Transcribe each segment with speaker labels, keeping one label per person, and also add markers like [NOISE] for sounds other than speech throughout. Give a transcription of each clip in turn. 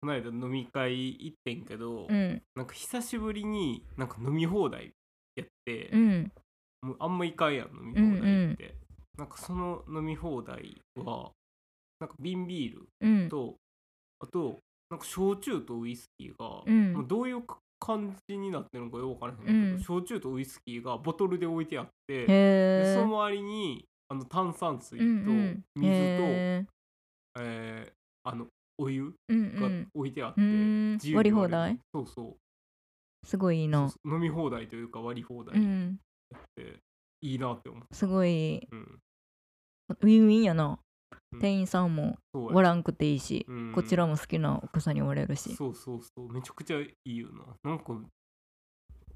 Speaker 1: この間飲み会行ってんけど、
Speaker 2: うん
Speaker 1: なんか久しぶりになんか飲み放題やって、
Speaker 2: うん
Speaker 1: もうあんま行かんやん飲み放題って、なんかその飲み放題はなんか瓶ビール
Speaker 2: うん
Speaker 1: とあとなんか焼酎とウイスキーが、
Speaker 2: うん
Speaker 1: もうどういう感じになってるのかよくわからへんけど、
Speaker 2: うん
Speaker 1: 焼酎とウイスキーがボトルで置いてあって、で
Speaker 2: へ
Speaker 1: そ
Speaker 2: ー
Speaker 1: の周りにあの炭酸水と
Speaker 2: うん
Speaker 1: 水と、
Speaker 2: うんへ
Speaker 1: えーあのお湯
Speaker 2: ーうんう
Speaker 1: が
Speaker 2: ん
Speaker 1: 置いてあって、
Speaker 2: うーん割り放題
Speaker 1: そうそう
Speaker 2: すごいいい
Speaker 1: そう
Speaker 2: な
Speaker 1: そう飲み放題というか割り放題
Speaker 2: う
Speaker 1: っ
Speaker 2: ん
Speaker 1: ていいなって思う、
Speaker 2: すごい
Speaker 1: うん
Speaker 2: ウィンウィンやな
Speaker 1: うん
Speaker 2: 店員さんも
Speaker 1: そうや
Speaker 2: おらんくていいし
Speaker 1: うん
Speaker 2: こちらも好きな奥さんにおれるし
Speaker 1: そうそうそうめちゃくちゃいいよななんか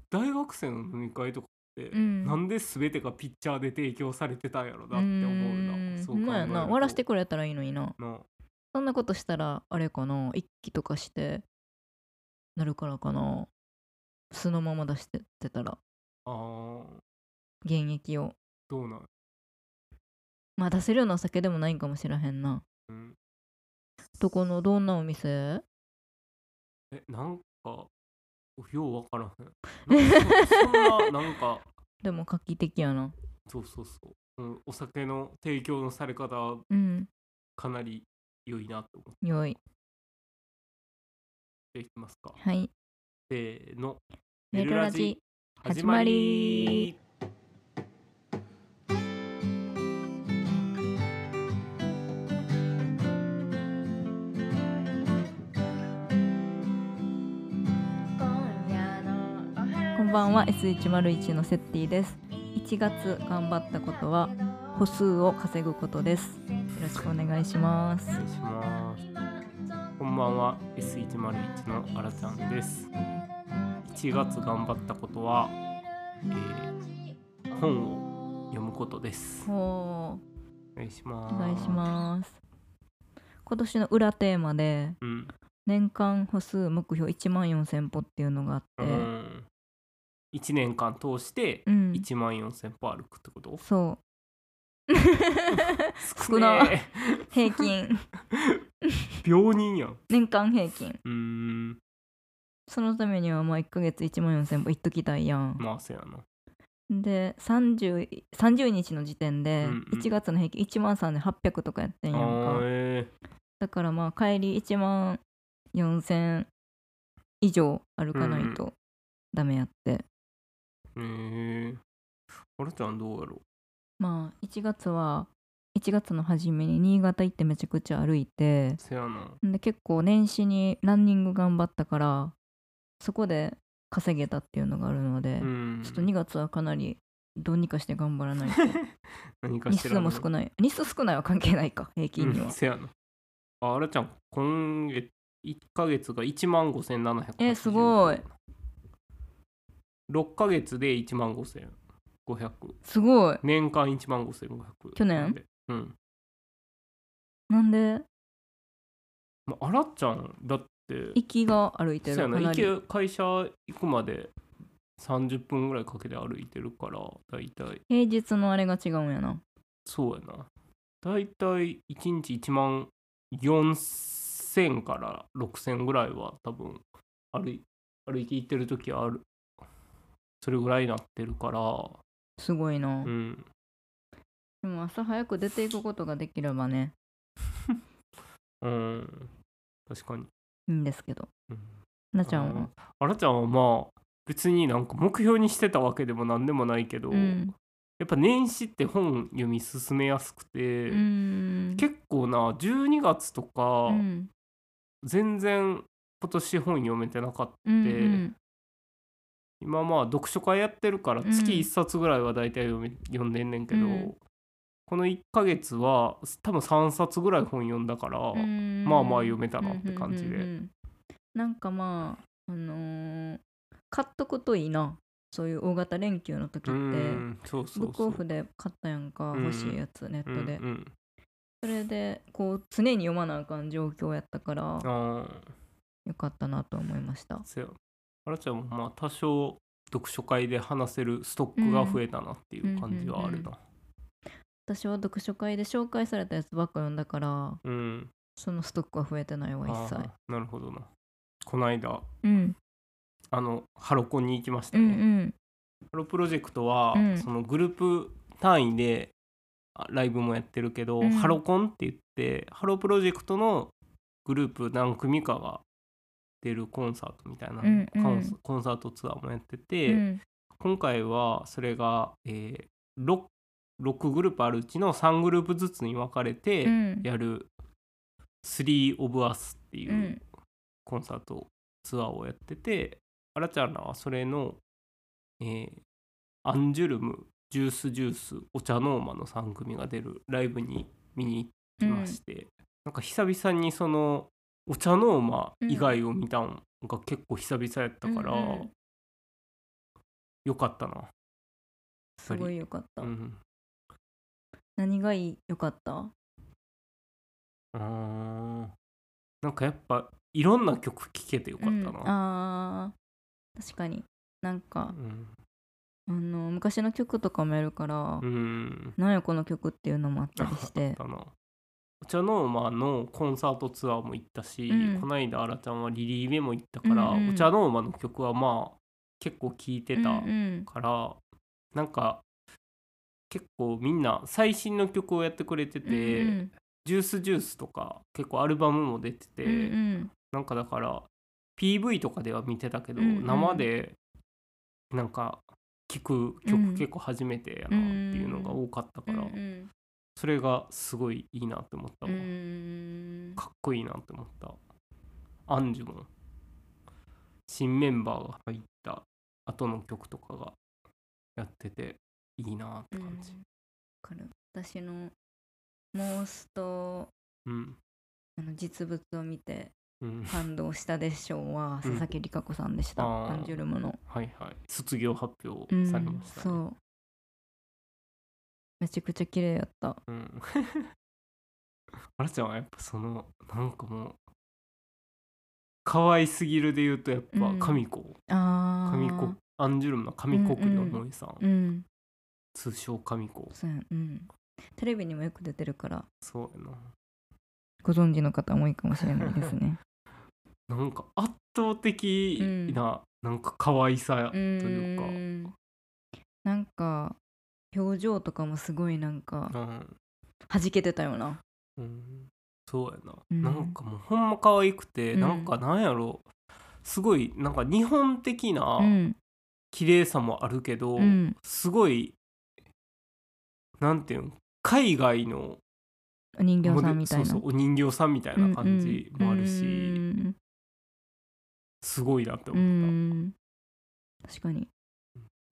Speaker 1: 大学生の飲み会とかって、
Speaker 2: うん
Speaker 1: なんで全てがピッチャーで提供されてたんやろなって思うな
Speaker 2: ーん
Speaker 1: そ
Speaker 2: ほ
Speaker 1: うん考
Speaker 2: ま
Speaker 1: え
Speaker 2: や
Speaker 1: ると
Speaker 2: な終わらしてくれたらいいのにな
Speaker 1: な
Speaker 2: そんなことしたらあれかな一気とかしてなるからかな素のまま出してってたら
Speaker 1: あー
Speaker 2: 現役を
Speaker 1: どうなん、
Speaker 2: まあ出せるようなお酒でもないんかもしらへんな
Speaker 1: うん、
Speaker 2: どこのどんなお店
Speaker 1: えなんかようわからへんなんかそそんななんか
Speaker 2: でも画期的やな
Speaker 1: そうそうそう、うん、お酒の提供のされ方は
Speaker 2: うん
Speaker 1: かなり良いなと思っ
Speaker 2: よい
Speaker 1: ていきますか
Speaker 2: はい
Speaker 1: せーの
Speaker 2: メルラジ始まりこんばんは S101 のセッティです1月頑張ったことは歩数を稼ぐことですよろしくお願いします
Speaker 1: お願いしますこんばんは S101 のあらちゃんです1月頑張ったことは、えー本を読むことです
Speaker 2: おお
Speaker 1: お願いします
Speaker 2: ーお願いします今年の裏テーマで
Speaker 1: うん、
Speaker 2: 年間歩数目標1万4000歩っていうのがあっ
Speaker 1: う
Speaker 2: て、
Speaker 1: ん、1年間通して
Speaker 2: うん
Speaker 1: 1万4000歩歩くってこと、
Speaker 2: そう [LAUGHS]
Speaker 1: 少
Speaker 2: な
Speaker 1: ねえ
Speaker 2: 平均
Speaker 1: 病人やん
Speaker 2: 年間平均
Speaker 1: うーん
Speaker 2: そのためにはまあ1ヶ月1万4000歩いっときたいやん、
Speaker 1: まあせやな
Speaker 2: で 30, 30日の時点で
Speaker 1: うんうん
Speaker 2: 1月の平均1万3800とかやってん
Speaker 1: あ
Speaker 2: やんか、
Speaker 1: ーえ
Speaker 2: だからまあ帰り1万4000以上歩かないとダメやって、
Speaker 1: ー、えー、あらちゃんどうやろ
Speaker 2: まあ1月は1月の初めに新潟行ってめちゃくちゃ歩いて
Speaker 1: せやな
Speaker 2: で結構年始にランニング頑張ったからそこで稼げたっていうのがあるので、
Speaker 1: うん
Speaker 2: ちょっと2月はかなりどうにかして頑張らない
Speaker 1: [LAUGHS]
Speaker 2: と
Speaker 1: 何か
Speaker 2: 日
Speaker 1: しら
Speaker 2: 数も少ない日数少ないは関係ない
Speaker 1: [LAUGHS]
Speaker 2: か平均に
Speaker 1: うん
Speaker 2: は、
Speaker 1: せやなああらちゃん今月1ヶ月が1万5700
Speaker 2: えすごい
Speaker 1: 6ヶ月で1万5500
Speaker 2: すごい
Speaker 1: 年間1万5500
Speaker 2: 去年
Speaker 1: なんでうん、
Speaker 2: なんで
Speaker 1: まああらちゃんだって
Speaker 2: 行きが歩いて
Speaker 1: そうや
Speaker 2: るか
Speaker 1: な
Speaker 2: な
Speaker 1: 行
Speaker 2: り
Speaker 1: け会社行くまで30分ぐらいかけて歩いてるからだいたい
Speaker 2: 平日のあれが違うんやな
Speaker 1: そうやなだいたい1日1万4000から6000ぐらいは多分歩い歩いて行ってる時あるそれぐらいになってるから
Speaker 2: すごいな、
Speaker 1: うん
Speaker 2: でも朝早く出ていくことができればね
Speaker 1: うん確かに、
Speaker 2: いいんですけど
Speaker 1: うん、
Speaker 2: なちゃんは
Speaker 1: あらちゃんはまあ別になんか目標にしてたわけでも何でもないけど、
Speaker 2: うん
Speaker 1: やっぱ年始って本読み進めやすくて、
Speaker 2: うん
Speaker 1: 結構な12月とか、
Speaker 2: うん
Speaker 1: 全然今年本読めてなかった
Speaker 2: うん
Speaker 1: で今まあ読書会やってるから
Speaker 2: うん
Speaker 1: 月1冊ぐらいは大体読み、読んでんねんけど、
Speaker 2: うん
Speaker 1: この1ヶ月は多分3冊ぐらい本読んだから、
Speaker 2: うんうん
Speaker 1: まあまあ読めたなって感じで
Speaker 2: うんうんうんうんなんかまああのー買っとくといいなそういう大型連休の時って
Speaker 1: う
Speaker 2: ブ
Speaker 1: んそうそうそう
Speaker 2: ックオフで買ったやんか
Speaker 1: うん
Speaker 2: 欲しいやつネットで
Speaker 1: うんうん
Speaker 2: それでこう常に読まなあかん状況やったから
Speaker 1: あ
Speaker 2: よかったなと思いました
Speaker 1: あそうやあらちゃんもまあ多少読書会で話せるストックが増えたなっていう感じはあるな
Speaker 2: 私は読書会で紹介されたやつばっか読んだから
Speaker 1: うん
Speaker 2: そのストックは増えてないわ一
Speaker 1: あ
Speaker 2: 切
Speaker 1: ーなるほどなこの間
Speaker 2: うん
Speaker 1: あのハロコンに行きました
Speaker 2: う
Speaker 1: ね、
Speaker 2: んうん
Speaker 1: ハロプロジェクトは、
Speaker 2: うん
Speaker 1: そのグループ単位であライブもやってるけど、
Speaker 2: うん
Speaker 1: ハロコンって言ってハロプロジェクトのグループ何組かが出るコンサートみたいな、
Speaker 2: うんうん
Speaker 1: コンサコンサートツアーもやってて、
Speaker 2: うん
Speaker 1: 今回はそれが、え 6, グループあるうちの3グループずつに分かれて
Speaker 2: うん
Speaker 1: やる「3 of Us」っていううんコンサートツアーをやっててあらちゃんらはそれの、えーアンジュルムジュースジュースお茶ノーマの3組が出るライブに見に行きまして、なんか久々にそのお茶ノーマ以外を見たんが結構久々やったから、
Speaker 2: うんうん
Speaker 1: よかったな、
Speaker 2: すごいよかった
Speaker 1: うん、
Speaker 2: 何がいいよかった
Speaker 1: あーなんかやっぱいろんな曲聴けてよかった
Speaker 2: うん
Speaker 1: な、
Speaker 2: あー確かになんか
Speaker 1: うん
Speaker 2: あの昔の曲とかもやるから
Speaker 1: うん
Speaker 2: なんやこの曲っていうのもあった
Speaker 1: あ
Speaker 2: りして
Speaker 1: あったなお茶の間のコンサートツアーも行ったし、
Speaker 2: うん
Speaker 1: こないだあらちゃんはリリーベも行ったから、
Speaker 2: うんうん
Speaker 1: お茶の間の曲はまあ結構聴いてた
Speaker 2: うんうん
Speaker 1: から、なんか結構みんな最新の曲をやってくれてて、
Speaker 2: うん
Speaker 1: ジュースジュースとか結構アルバムも出てて、
Speaker 2: うんうん
Speaker 1: なんかだから PV とかでは見てたけど、
Speaker 2: うんうん
Speaker 1: 生でなんか聴く
Speaker 2: うん
Speaker 1: 曲結構初めてやなっていうのが多かった
Speaker 2: う
Speaker 1: か
Speaker 2: ん
Speaker 1: ら、
Speaker 2: うん
Speaker 1: それがすごいいいなって思った
Speaker 2: う
Speaker 1: わ、
Speaker 2: ん
Speaker 1: かっこいいなって思ったアンジュも新メンバーが入った後の曲とかがやってていいなって感じ
Speaker 2: うんわかる私のモースト
Speaker 1: うん
Speaker 2: あの実物を見て
Speaker 1: うん
Speaker 2: 感動したでしょう
Speaker 1: う
Speaker 2: は
Speaker 1: ん
Speaker 2: 佐々木理香子さんでした、
Speaker 1: あー
Speaker 2: アンジュルムの、
Speaker 1: はいはい卒業発表
Speaker 2: うん、
Speaker 1: されました
Speaker 2: そ
Speaker 1: ね
Speaker 2: うめちゃくちゃ綺麗やった
Speaker 1: うん [LAUGHS] あらちゃんはやっぱそのなんかもう可愛すぎるで言うとやっぱ神子、
Speaker 2: ああ
Speaker 1: 神子アンジュルムの神子栗の萌さん、
Speaker 2: うん
Speaker 1: 通称神子
Speaker 2: そうやうんテレビにもよく出てるから
Speaker 1: そうやな
Speaker 2: ご存知の方も多いかもしれないですね
Speaker 1: [LAUGHS] なんか圧倒的な、なんか可愛さというか、うん
Speaker 2: んなんか表情とかもすごいなんか弾けてたよな
Speaker 1: うんそうやな、
Speaker 2: うん
Speaker 1: なんかもうほんま可愛くて、
Speaker 2: うん
Speaker 1: なんかなんやろすごいなんか日本的な
Speaker 2: うん
Speaker 1: 綺麗さもあるけど、
Speaker 2: うん
Speaker 1: すごいなんていうん海外の
Speaker 2: お人形さん
Speaker 1: モデ
Speaker 2: みたいな
Speaker 1: そうそうお人形さんみたいな感じもあるし、
Speaker 2: うん
Speaker 1: すごいなって
Speaker 2: うんう
Speaker 1: 思った、
Speaker 2: ん確かに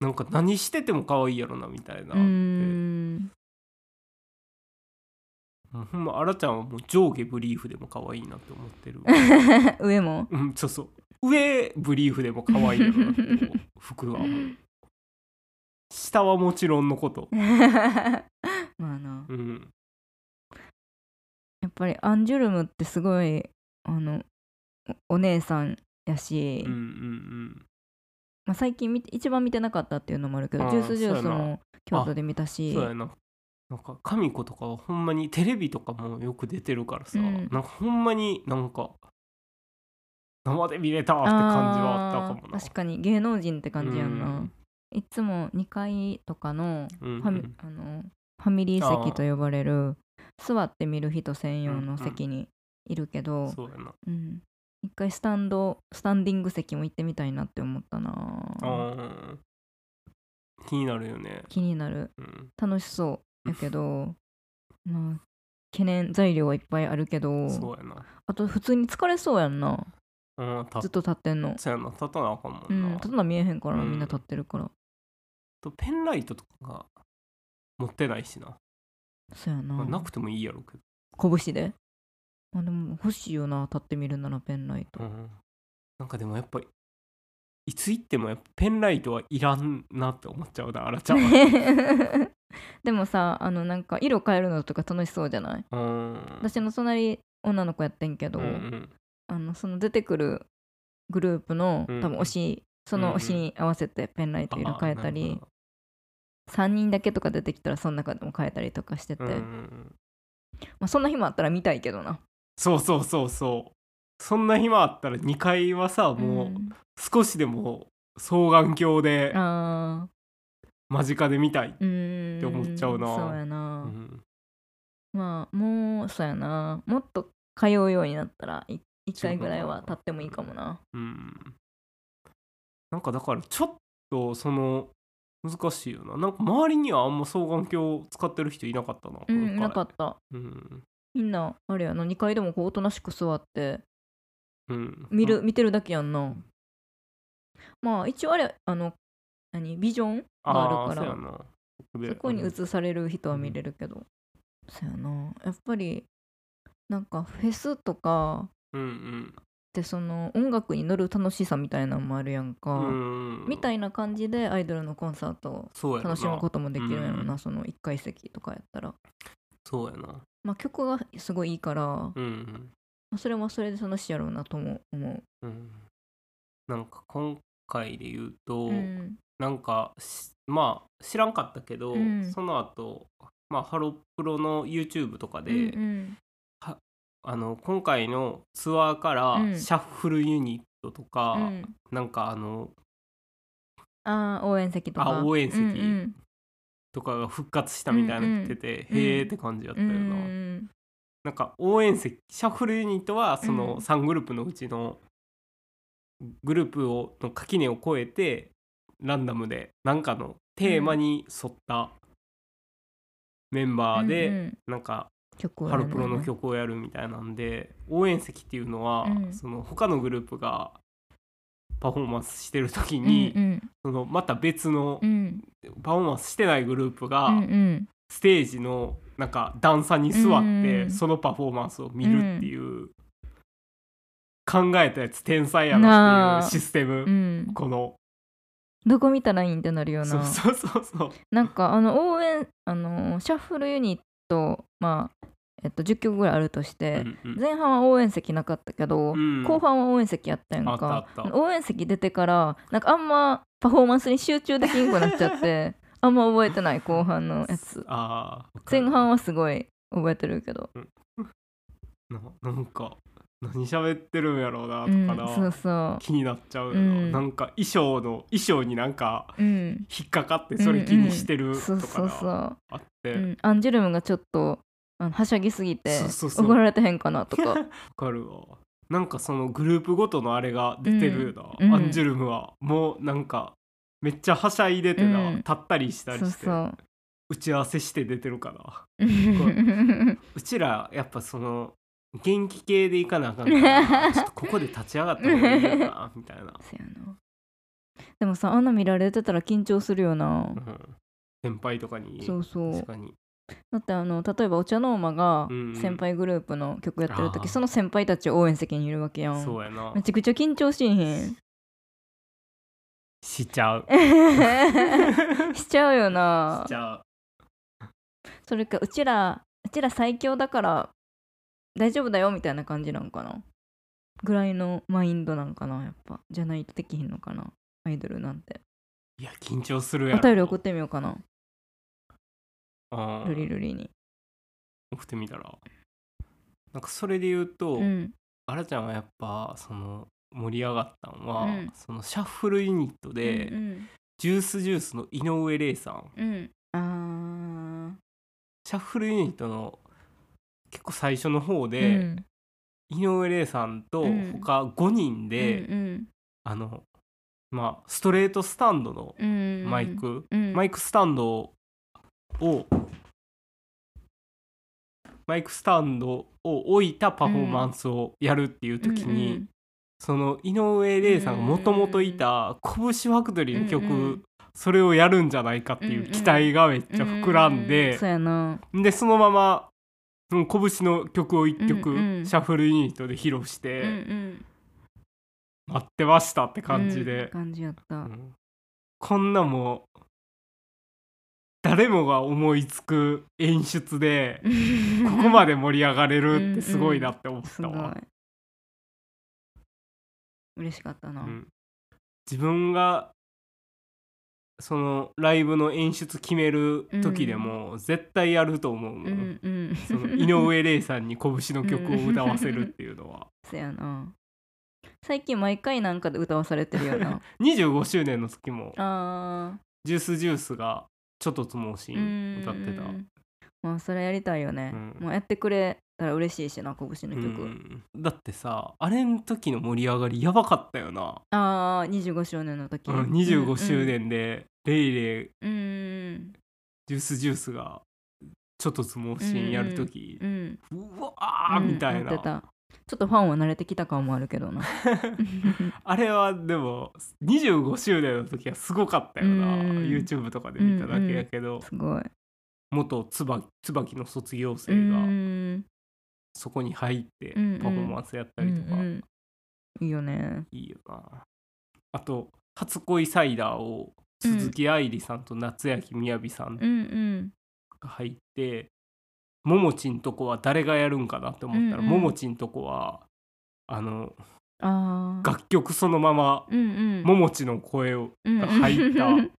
Speaker 1: なんか何してても可愛いやろなみたいな、
Speaker 2: うん [LAUGHS]
Speaker 1: もうほんまあらちゃんはもう上下ブリーフでも可愛いなって思ってるわ
Speaker 2: 上も [LAUGHS]
Speaker 1: うんそうそう上ブリーフでも可愛いよなって思う服はもう下はもちろんのこと
Speaker 2: まあな
Speaker 1: うん
Speaker 2: やっぱりアンジュルムってすごいあのおお姉さんやし、
Speaker 1: うんうん
Speaker 2: まあ、最近見て一番見てなかったっていうのもあるけど
Speaker 1: あー
Speaker 2: ジュースジュース
Speaker 1: そうやな
Speaker 2: も京都で見
Speaker 1: う
Speaker 2: た
Speaker 1: ん
Speaker 2: し
Speaker 1: そうやななんか神子とかはほんまにテレビとかもよく出てるからさ、
Speaker 2: うん
Speaker 1: なんかほんまになんか生で見れたって
Speaker 2: あー
Speaker 1: 感じはあったかもな
Speaker 2: 確かに芸能人って感じやんな、
Speaker 1: うん
Speaker 2: いつも2階とかの
Speaker 1: うんうん
Speaker 2: ファミ,、あのファミリー席と呼ばれる座って見る人専用の席にいるけど、
Speaker 1: そうやな
Speaker 2: うん、一回スタンドスタンディング席も行ってみたいなって思った
Speaker 1: あ
Speaker 2: な
Speaker 1: ー気になるよね
Speaker 2: 気になる
Speaker 1: うん
Speaker 2: 楽しそうやけどまあ懸念材料はいっぱいあるけど
Speaker 1: そうやな
Speaker 2: あと普通に疲れそうやんな
Speaker 1: うんた
Speaker 2: ずっと立ってんの
Speaker 1: そうやな立たなあかんも
Speaker 2: うん
Speaker 1: な、
Speaker 2: ん立つの見えへんから
Speaker 1: うん
Speaker 2: みんな立ってるから
Speaker 1: とペンライトとかが持ってないしな、
Speaker 2: そうや
Speaker 1: ま
Speaker 2: な
Speaker 1: あなくてもいいやろうけ
Speaker 2: 拳でまあでも欲しいよな立ってみるならペンライト
Speaker 1: ど、うんなんかでもやっぱりいつ行ってもやっぱペンライトはいらんなって思っちゃうなあらちゃんは
Speaker 2: [LAUGHS] でもさあのなんか色変えるのとか楽しそうじゃない
Speaker 1: うん
Speaker 2: 私の隣女の子やってんけど、
Speaker 1: うんうん
Speaker 2: あのその出てくるグループの、
Speaker 1: うん
Speaker 2: 多分推しその推しに合わせてペンライト色変えた
Speaker 1: あな
Speaker 2: り
Speaker 1: る、ほ
Speaker 2: 3人だけとか出てきたらその中でも変えたりとかしてて、
Speaker 1: どうんうんうん
Speaker 2: まあ、そんな日もあったら見たいけどな
Speaker 1: そうそうそうそうそんな暇あったら2階はさもう少しでも双眼鏡で
Speaker 2: うん、あ
Speaker 1: 間近で見たい、
Speaker 2: ーうん
Speaker 1: って思っちゃうな
Speaker 2: そうやな、
Speaker 1: うん
Speaker 2: まあもうそうやなもっと通うようになったらい一回ぐらいは経ってもいいかもな
Speaker 1: うんなんかだからちょっとその難しいよななんか周りにはあんま双眼鏡使ってる人いなかったな
Speaker 2: う
Speaker 1: 今
Speaker 2: ん
Speaker 1: 回
Speaker 2: なかった
Speaker 1: うん
Speaker 2: みんなあれやな2階でもこうおとなしく座って
Speaker 1: うん
Speaker 2: 見る、見てるだけやんなまあ一応あれあの何ビジョンがあ
Speaker 1: ー
Speaker 2: るから
Speaker 1: そうやな僕で
Speaker 2: そこに映される人は見れるけど、そうやなやっぱりなんかフェスとか
Speaker 1: うんうん
Speaker 2: ってその音楽に乗る楽しさみたいなのもあるやんか、
Speaker 1: うん
Speaker 2: みたいな感じでアイドルのコンサートを
Speaker 1: そうやろな
Speaker 2: 楽しむこともできるんやろ
Speaker 1: うんう
Speaker 2: なその1階席とかやったら、
Speaker 1: そうやな
Speaker 2: まあ、曲がすごいいいから、ま
Speaker 1: うん
Speaker 2: あそれはそれで楽しいやろうなとも思
Speaker 1: うん、うん、なんか今回で言うと、
Speaker 2: う、うん、
Speaker 1: なんかしまあ知らんかったけど、
Speaker 2: うん
Speaker 1: その後、まあハロプロの YouTube とかで、
Speaker 2: うん
Speaker 1: あの今回のツアーから
Speaker 2: うん
Speaker 1: シャッフルユニットとか、
Speaker 2: うんうん
Speaker 1: なんかあの
Speaker 2: あー応援席とか
Speaker 1: あ応援席
Speaker 2: うんうん
Speaker 1: とかが復活したみたいなの言ってて、
Speaker 2: うんうん
Speaker 1: へーって感じやったよな、
Speaker 2: うん
Speaker 1: なんか応援席シャッフルユニットはその
Speaker 2: うん
Speaker 1: 3グループのうちのグループをの垣根を越えてランダムで何かのテーマに沿ったメンバー
Speaker 2: うんう
Speaker 1: で
Speaker 2: ん
Speaker 1: なんか
Speaker 2: 曲を
Speaker 1: ハ
Speaker 2: やる
Speaker 1: ロプロの曲をやるみたいなんで応援席っていうのは
Speaker 2: うん
Speaker 1: その他のグループがパフォーマンスしてる時
Speaker 2: う
Speaker 1: に
Speaker 2: ん
Speaker 1: そのまた別の
Speaker 2: うんうん
Speaker 1: パフォーマンスしてないグループ
Speaker 2: う
Speaker 1: が
Speaker 2: んうん
Speaker 1: ステージのなんか段差に座
Speaker 2: う
Speaker 1: っ
Speaker 2: んう
Speaker 1: て
Speaker 2: ん
Speaker 1: そのパフォーマンスを見るっていう考えたやつ天才やな
Speaker 2: な
Speaker 1: っ
Speaker 2: あ
Speaker 1: ていうシステ
Speaker 2: う
Speaker 1: ム
Speaker 2: ん
Speaker 1: この
Speaker 2: どこ見たらいいんってなるよう
Speaker 1: そう
Speaker 2: な
Speaker 1: そうそうそう
Speaker 2: なんかあの応援あのシャッフルユニットまあえっと10曲ぐらいあるとし
Speaker 1: う
Speaker 2: て、
Speaker 1: んうん
Speaker 2: 前半は応援席なかったけど、
Speaker 1: うん
Speaker 2: 後半は応援席やったやん
Speaker 1: あったあ
Speaker 2: か
Speaker 1: った
Speaker 2: 応援席出てからなんかあんまパフォーマンスに集中できんくなっちゃって
Speaker 1: [LAUGHS]
Speaker 2: あんま覚えてない後半のやつ
Speaker 1: あーわか
Speaker 2: 前
Speaker 1: る
Speaker 2: 半はすごい覚えてるけど
Speaker 1: ななんか何喋ってるんやろうなと
Speaker 2: う
Speaker 1: か
Speaker 2: ん
Speaker 1: な、
Speaker 2: そうそ
Speaker 1: 気になっちゃうよな、
Speaker 2: うん
Speaker 1: なんか衣装の衣装になんか
Speaker 2: ううん
Speaker 1: 引っかかってそれ気にしてる
Speaker 2: そう
Speaker 1: とか
Speaker 2: そう
Speaker 1: が
Speaker 2: そ
Speaker 1: あっ
Speaker 2: う、
Speaker 1: て
Speaker 2: う
Speaker 1: わ
Speaker 2: ん、アンジュルムがちょっとあのはしゃぎすぎて
Speaker 1: そうそうそう
Speaker 2: 怒られてへんかなと
Speaker 1: [LAUGHS]
Speaker 2: か
Speaker 1: かるわなんかそのグループごとのあれが出てるよな、
Speaker 2: うん
Speaker 1: アンジュルムはもうなんかめっちゃはしゃいでてな、
Speaker 2: うん
Speaker 1: 立ったりしたりして
Speaker 2: そうそう
Speaker 1: 打ち合わせして出てるから [LAUGHS]
Speaker 2: うん
Speaker 1: うちらやっぱその元気系でいかなあかんか
Speaker 2: [LAUGHS]
Speaker 1: らちょっとここで立ち上がった方がいいよなみたいな、
Speaker 2: [LAUGHS] そやなでもさあんな見られてたら緊張するよな
Speaker 1: うん先輩とかに
Speaker 2: そうそう
Speaker 1: 確かに
Speaker 2: だってあの例えばお茶の間が
Speaker 1: うんうん
Speaker 2: 先輩グループの曲やってる
Speaker 1: あー
Speaker 2: 時その先輩たち応援席にいるわけやん
Speaker 1: そうやな
Speaker 2: めちゃくちゃ緊張しいへ
Speaker 1: [LAUGHS]
Speaker 2: ん [LAUGHS]
Speaker 1: しちゃう
Speaker 2: しちゃうよな
Speaker 1: しちゃう
Speaker 2: それかうちらうちら最強だから大丈夫だよみたいな感じなんかなぐらいのマインドなんかなやっぱじゃないとできひんのかなアイドルなんて
Speaker 1: いや緊張するや
Speaker 2: お
Speaker 1: ろ
Speaker 2: 便り送ってみようかな
Speaker 1: うん
Speaker 2: ルリルリに
Speaker 1: 送ってみたらなんかそれで言うと、
Speaker 2: うん
Speaker 1: あらちゃんはやっぱその盛り上がったのは、
Speaker 2: うん
Speaker 1: そのシャッフルユニットで、
Speaker 2: うん
Speaker 1: ジュースジュースの井上玲さん
Speaker 2: うんうんあ
Speaker 1: シャッフルユニットの結構最初の方
Speaker 2: ー
Speaker 1: で、
Speaker 2: うん
Speaker 1: 井上玲さんと
Speaker 2: うん
Speaker 1: 他5人で、
Speaker 2: うん
Speaker 1: あのまあストレートスタンドの
Speaker 2: うん
Speaker 1: マイク、
Speaker 2: うん
Speaker 1: マイクスタンドをマイクスタンドを置いたパフォーマンスをやるっていう時に、
Speaker 2: うん
Speaker 1: その井上玲さんがもともといた「拳ファクトリー」の曲、
Speaker 2: うんうん
Speaker 1: それをやるんじゃないかっていう期待がめっちゃ膨らん
Speaker 2: うう
Speaker 1: で
Speaker 2: そう、やな
Speaker 1: でそのままその拳の曲を1曲、
Speaker 2: うんうん
Speaker 1: シャッフルユニットで披露し
Speaker 2: うんう
Speaker 1: て
Speaker 2: ん
Speaker 1: 待ってましたって感じ
Speaker 2: うん
Speaker 1: で、
Speaker 2: 感じやった、
Speaker 1: うんこんなもう誰もが思いつく演出でここまで盛り上がれるってすごいなって思っ
Speaker 2: [LAUGHS] す
Speaker 1: た
Speaker 2: ごい
Speaker 1: わ。
Speaker 2: 嬉しかったな、
Speaker 1: うん自分がそのライブの演出決める時でも絶対やると思うもん、
Speaker 2: うんうん
Speaker 1: その井上玲さんに拳の曲を歌わせるっていうの
Speaker 2: [LAUGHS]
Speaker 1: は
Speaker 2: そやな最近毎回なんかで歌わされてる
Speaker 1: [LAUGHS]
Speaker 2: よな
Speaker 1: 25周年の時も
Speaker 2: あ
Speaker 1: ジュースジュースがちょっとつもうシ
Speaker 2: ー
Speaker 1: ーン歌ってた
Speaker 2: うんまあそれやりたいよね、
Speaker 1: うん
Speaker 2: まあやってくれたら嬉しいしな拳の曲、
Speaker 1: うんだってさあれの時の盛り上がりやばかったよな、
Speaker 2: ああ25周年の時、
Speaker 1: うん25周年でレイレイ
Speaker 2: うんうん
Speaker 1: ジュースジュースがちょっとつもうシーンやる時
Speaker 2: うん、うん
Speaker 1: うわーみたい
Speaker 2: うん
Speaker 1: な、
Speaker 2: やってたちょっとファンは慣れてきた感もあるけどな
Speaker 1: [LAUGHS] あれはでも25周年の時はすごかったよな、
Speaker 2: うん
Speaker 1: YouTube とかで見ただけやけど、
Speaker 2: すごい
Speaker 1: 元椿椿の卒業
Speaker 2: う
Speaker 1: 生が
Speaker 2: ん
Speaker 1: そこに入ってパ
Speaker 2: うんうん
Speaker 1: フォーマンスやったりとか、
Speaker 2: うんうんいいよね
Speaker 1: いいよなあと「初恋サイダー」を鈴木愛理さんと夏焼みやびさん
Speaker 2: うんうん
Speaker 1: が入って、ももちんとこは誰がやるんかなって思ったら、
Speaker 2: うんうん
Speaker 1: ももちんとこはあの
Speaker 2: ああ
Speaker 1: 楽曲そのまま
Speaker 2: うんうん
Speaker 1: ももちの声を
Speaker 2: うん
Speaker 1: が入った
Speaker 2: [LAUGHS] うん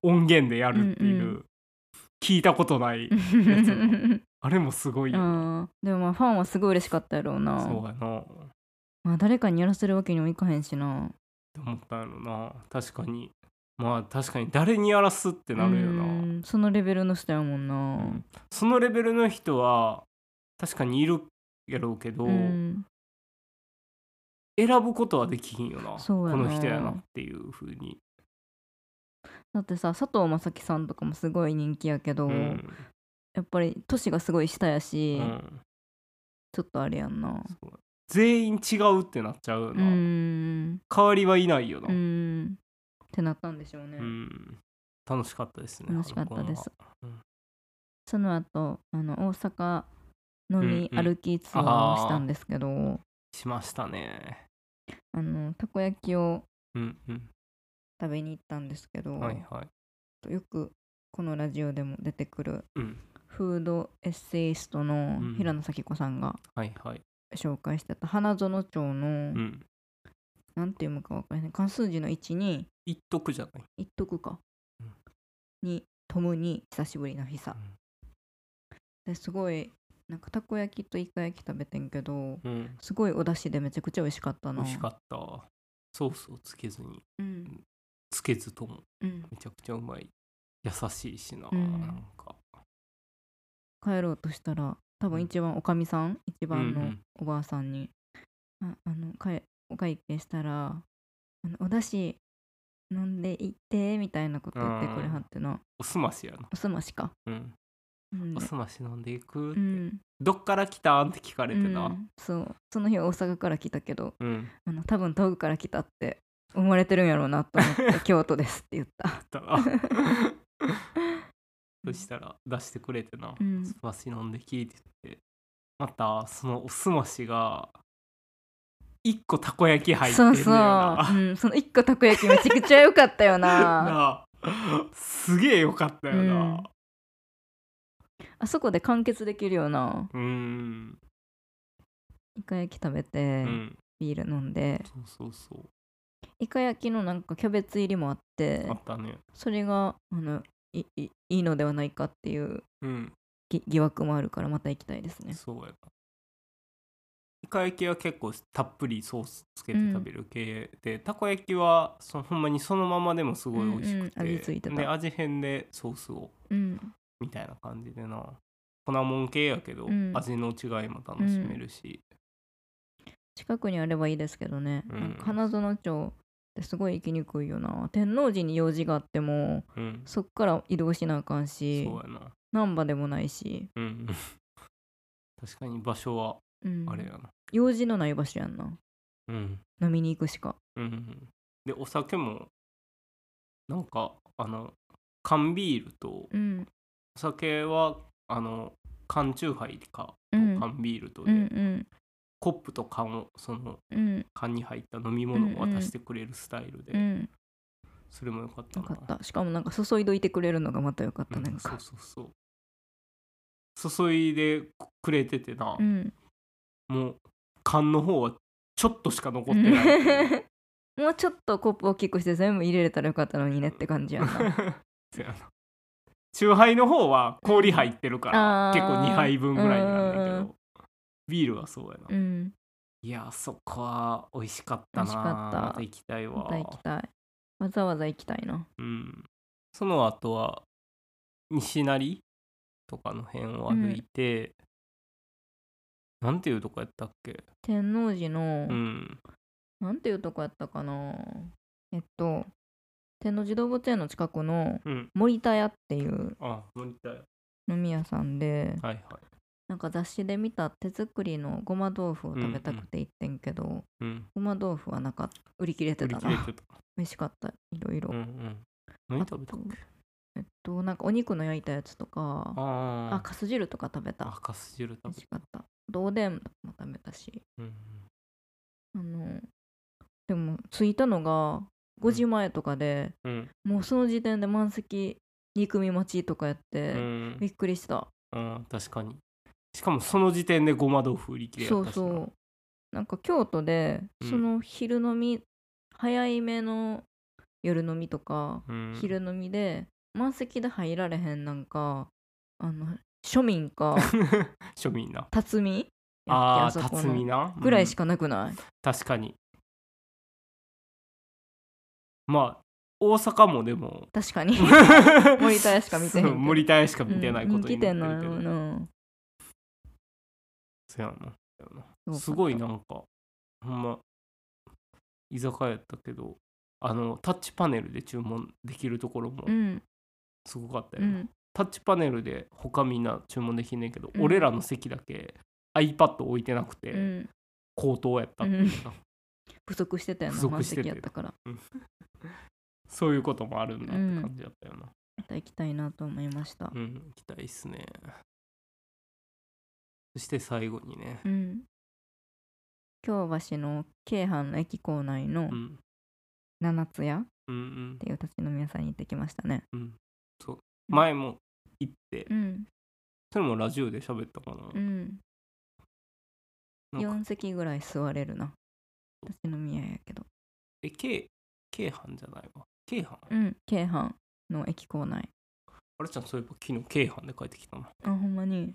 Speaker 1: [LAUGHS] 音源でやるっていう、
Speaker 2: うんう
Speaker 1: 聞いたことないやつのあれもすごいよな、
Speaker 2: あーでもまあファンはすごい嬉しかったやろうな
Speaker 1: そうやなっ
Speaker 2: まあ誰かにやらせるわけにもいかへんしな
Speaker 1: て思ったのな確かにまあ確かに誰にやらすってなるよな、
Speaker 2: うんそのレベルの人やもんな
Speaker 1: そのレベルの人は確かにいるやろうけど、
Speaker 2: うん
Speaker 1: 選ぶことはできひんよな
Speaker 2: そうやな
Speaker 1: この人やなっていう風に、
Speaker 2: だってさ佐藤正樹さんとかもすごい人気やけど、
Speaker 1: うん
Speaker 2: やっぱり年がすごい下や
Speaker 1: う
Speaker 2: し、
Speaker 1: ん
Speaker 2: ちょっとあれやんな
Speaker 1: そう全員違うってなっちゃうよ
Speaker 2: う
Speaker 1: な、
Speaker 2: ん
Speaker 1: 代わりはいないよな、
Speaker 2: うんってなったんでしょうね、
Speaker 1: うん楽しかったですね
Speaker 2: 楽しかったです
Speaker 1: あのコーナーは
Speaker 2: その後あの大阪飲み
Speaker 1: うんうん
Speaker 2: 歩きツアーをしたんですけど、
Speaker 1: しましたね
Speaker 2: あのたこ焼きを
Speaker 1: うんうん
Speaker 2: 食べに行ったんですけど、
Speaker 1: はいはい
Speaker 2: よくこのラジオでも出てくる
Speaker 1: うん
Speaker 2: フードエッセイストの
Speaker 1: うん
Speaker 2: 平野咲子さんが
Speaker 1: はいはい
Speaker 2: 紹介してた花園町
Speaker 1: う
Speaker 2: の
Speaker 1: ん
Speaker 2: 何て読むか分からない関数字の1に
Speaker 1: 一徳じゃない
Speaker 2: 一徳か
Speaker 1: うん
Speaker 2: にトムに久しぶりの日さ
Speaker 1: うん
Speaker 2: ですごいなんかたこ焼きとイカ焼き食べてんけど
Speaker 1: うん
Speaker 2: すごいお出汁でめちゃくちゃ美味しかった
Speaker 1: 美
Speaker 2: な
Speaker 1: 味しかったソースをつけずに
Speaker 2: うん
Speaker 1: つけずとも
Speaker 2: うん
Speaker 1: めちゃくちゃうまい優しいしな,、
Speaker 2: うん
Speaker 1: なんか
Speaker 2: 帰ろうとしたら多分一番おかみさん一番
Speaker 1: うんう
Speaker 2: の
Speaker 1: ん
Speaker 2: おばあさんに「ああのかえお会計したらあのおだし飲んでいって」みたいなこと言ってくれはってな、
Speaker 1: おすましやな、
Speaker 2: おすましか。
Speaker 1: うん、
Speaker 2: うん
Speaker 1: おすまし飲んでいく、
Speaker 2: うん
Speaker 1: どっから来たんって聞かれて
Speaker 2: う
Speaker 1: なん
Speaker 2: そうその日は大阪から来たけど
Speaker 1: うん、
Speaker 2: あの多分東部から来たって思われてるんやろうなと思
Speaker 1: [LAUGHS]
Speaker 2: って「京都です」って言った。
Speaker 1: だな
Speaker 2: [LAUGHS]
Speaker 1: [LAUGHS] そしたら出してくれてな、
Speaker 2: うん
Speaker 1: おすまし飲んできって言ってまたそのおすましが一個たこ焼き入って
Speaker 2: そ
Speaker 1: る
Speaker 2: う
Speaker 1: よ
Speaker 2: そう、
Speaker 1: な
Speaker 2: うん、その一個たこ焼きめちゃくちゃ良かったよな
Speaker 1: [LAUGHS] なあすげえよかったよな
Speaker 2: あそこで完結できるよな
Speaker 1: うーん
Speaker 2: イカ焼き食べ
Speaker 1: う
Speaker 2: て、
Speaker 1: ん
Speaker 2: ビール飲んで
Speaker 1: そうそうそう
Speaker 2: イカ焼きのなんかキャベツ入りもあって
Speaker 1: あったね
Speaker 2: それがあのいいいいのではないかっていう
Speaker 1: うん
Speaker 2: ぎ疑惑もあるからまた行きたいですね
Speaker 1: そうやなイカ焼きは結構たっぷりソースつけて食べる系で、たこ焼きはそのほんまにそのままでもすごい美味しくて、
Speaker 2: うんうん味ついてた
Speaker 1: で味変でソースを
Speaker 2: うん
Speaker 1: みたいな感じでな粉もん系やけど、
Speaker 2: うん
Speaker 1: 味の違いも楽しめるし、
Speaker 2: 近くにあればいいですけどね、
Speaker 1: うん
Speaker 2: なんか花園町ってすごい行きにくいよな天王寺に用事があっても
Speaker 1: うん
Speaker 2: そっから移動しなあかんし
Speaker 1: そうやな
Speaker 2: 難波でもないし、
Speaker 1: うん [LAUGHS] 確かに場所は
Speaker 2: うん
Speaker 1: あれやな
Speaker 2: 用事のない場所やんな
Speaker 1: うん
Speaker 2: 飲みに行くしか
Speaker 1: うん、でお酒もなんかあの缶ビールとお
Speaker 2: うん
Speaker 1: 酒はあの缶チューハイかと
Speaker 2: うん
Speaker 1: 缶ビールと
Speaker 2: う
Speaker 1: で、
Speaker 2: ん
Speaker 1: コップと缶をその
Speaker 2: うんうん
Speaker 1: 缶に入った飲み物を渡してくれるスタイルで、
Speaker 2: うん
Speaker 1: それも良かった
Speaker 2: よ
Speaker 1: な
Speaker 2: かったしかもなんか注いどいてくれるのがまたよかった、
Speaker 1: うん
Speaker 2: なん
Speaker 1: そう
Speaker 2: か
Speaker 1: そうそう注いでくれててな、
Speaker 2: うん
Speaker 1: もう缶の方はちょっとしか残ってないっていう
Speaker 2: もうちょっとコップ大きくして全部入れれたらよかったのにねって感 [LAUGHS] じやな
Speaker 1: [LAUGHS] そうやな酎ハイの方は氷入ってるから、
Speaker 2: あー
Speaker 1: 結構2杯分ぐらいになるんだけど、
Speaker 2: うんう
Speaker 1: ビールはそうやな、
Speaker 2: うん
Speaker 1: いやそこは美味しかったな
Speaker 2: 美味しかった
Speaker 1: また行きたい
Speaker 2: ま
Speaker 1: わ
Speaker 2: た行きたいわざわざ行きたいな
Speaker 1: うん、その後は西成とかの辺を歩いて、なんていうとこやったっけ
Speaker 2: 天王寺の、
Speaker 1: うん
Speaker 2: なんていうとこやったかなえっと天王寺動物園の近くの
Speaker 1: うん
Speaker 2: 森田屋っていう
Speaker 1: あ森田屋
Speaker 2: 飲み屋さんで
Speaker 1: はいはい
Speaker 2: なんか雑誌で見た手作りのごま豆腐を食べたくて行ってんけど、
Speaker 1: うん
Speaker 2: ごま豆腐はなんか売り切れて
Speaker 1: 売り
Speaker 2: た
Speaker 1: 切れ
Speaker 2: な
Speaker 1: てた
Speaker 2: 美味しかったいろいろ、
Speaker 1: うんうん何食べたっけ
Speaker 2: えっとなんかお肉の焼いたやつとかあ
Speaker 1: ああ
Speaker 2: かす汁とか食べた
Speaker 1: 赤す汁
Speaker 2: 美
Speaker 1: 食
Speaker 2: 味
Speaker 1: べ
Speaker 2: しかったおでんも食べたし
Speaker 1: うんうん
Speaker 2: あのでも着いたのが5時前とかで、
Speaker 1: うん
Speaker 2: もうその時点で満席2組待ちとかやって、
Speaker 1: うん
Speaker 2: びっくりした
Speaker 1: うん確かにしかもその時点でごま豆腐売り切れや
Speaker 2: そ
Speaker 1: っ
Speaker 2: う
Speaker 1: たしな
Speaker 2: そうなんか京都で
Speaker 1: うん
Speaker 2: その昼飲み、早いめの夜飲みとか、
Speaker 1: うん
Speaker 2: 昼飲みで満席で入られへんなんかあの庶
Speaker 1: [LAUGHS]
Speaker 2: 民か
Speaker 1: [LAUGHS] 庶民な
Speaker 2: 辰巳やっけ
Speaker 1: ああ
Speaker 2: そこの
Speaker 1: 辰巳な
Speaker 2: ぐらいし
Speaker 1: か
Speaker 2: かなくない、
Speaker 1: 確かにまあ大阪もでも [LAUGHS]
Speaker 2: 確かに [LAUGHS] 森田屋しか見てへんけど
Speaker 1: そう森田屋しか見てないこと
Speaker 2: うんう
Speaker 1: に
Speaker 2: ん来てん
Speaker 1: な
Speaker 2: の
Speaker 1: ってるけど
Speaker 2: よな
Speaker 1: そうやなそうや
Speaker 2: よかっ
Speaker 1: な
Speaker 2: た
Speaker 1: すごいなんかほんま居酒屋やったけどあのタッチパネルで注文できるところも
Speaker 2: うん
Speaker 1: すごかった
Speaker 2: う
Speaker 1: よな、
Speaker 2: ん
Speaker 1: タッチパネルで他みんな注文できんねんけど、
Speaker 2: うん
Speaker 1: 俺らの席だけ iPad 置いてなくて、
Speaker 2: うん
Speaker 1: 口頭やったっていうな
Speaker 2: 不足してたよ
Speaker 1: 不
Speaker 2: な
Speaker 1: 足
Speaker 2: 満
Speaker 1: してて
Speaker 2: 席やったから
Speaker 1: そういうこともあるんだって感じだったよな
Speaker 2: また行きたいなと思いました
Speaker 1: うん、行きたいっすねそして最後にね
Speaker 2: うん京橋の京阪の駅構内の
Speaker 1: うん
Speaker 2: 七つ屋っ
Speaker 1: うんうん
Speaker 2: ていう立ち飲み屋さんに行ってきましたね
Speaker 1: うんそう前も行って
Speaker 2: うん
Speaker 1: それもラジオで喋ったか
Speaker 2: う
Speaker 1: な,、
Speaker 2: ん
Speaker 1: なんか
Speaker 2: 4席ぐらい座れるな立ち飲み屋やけど
Speaker 1: え京京阪じゃないわ京阪、
Speaker 2: うん京阪の駅構内
Speaker 1: あれちゃんそういえば昨日京阪で帰ってきたな
Speaker 2: あほんまに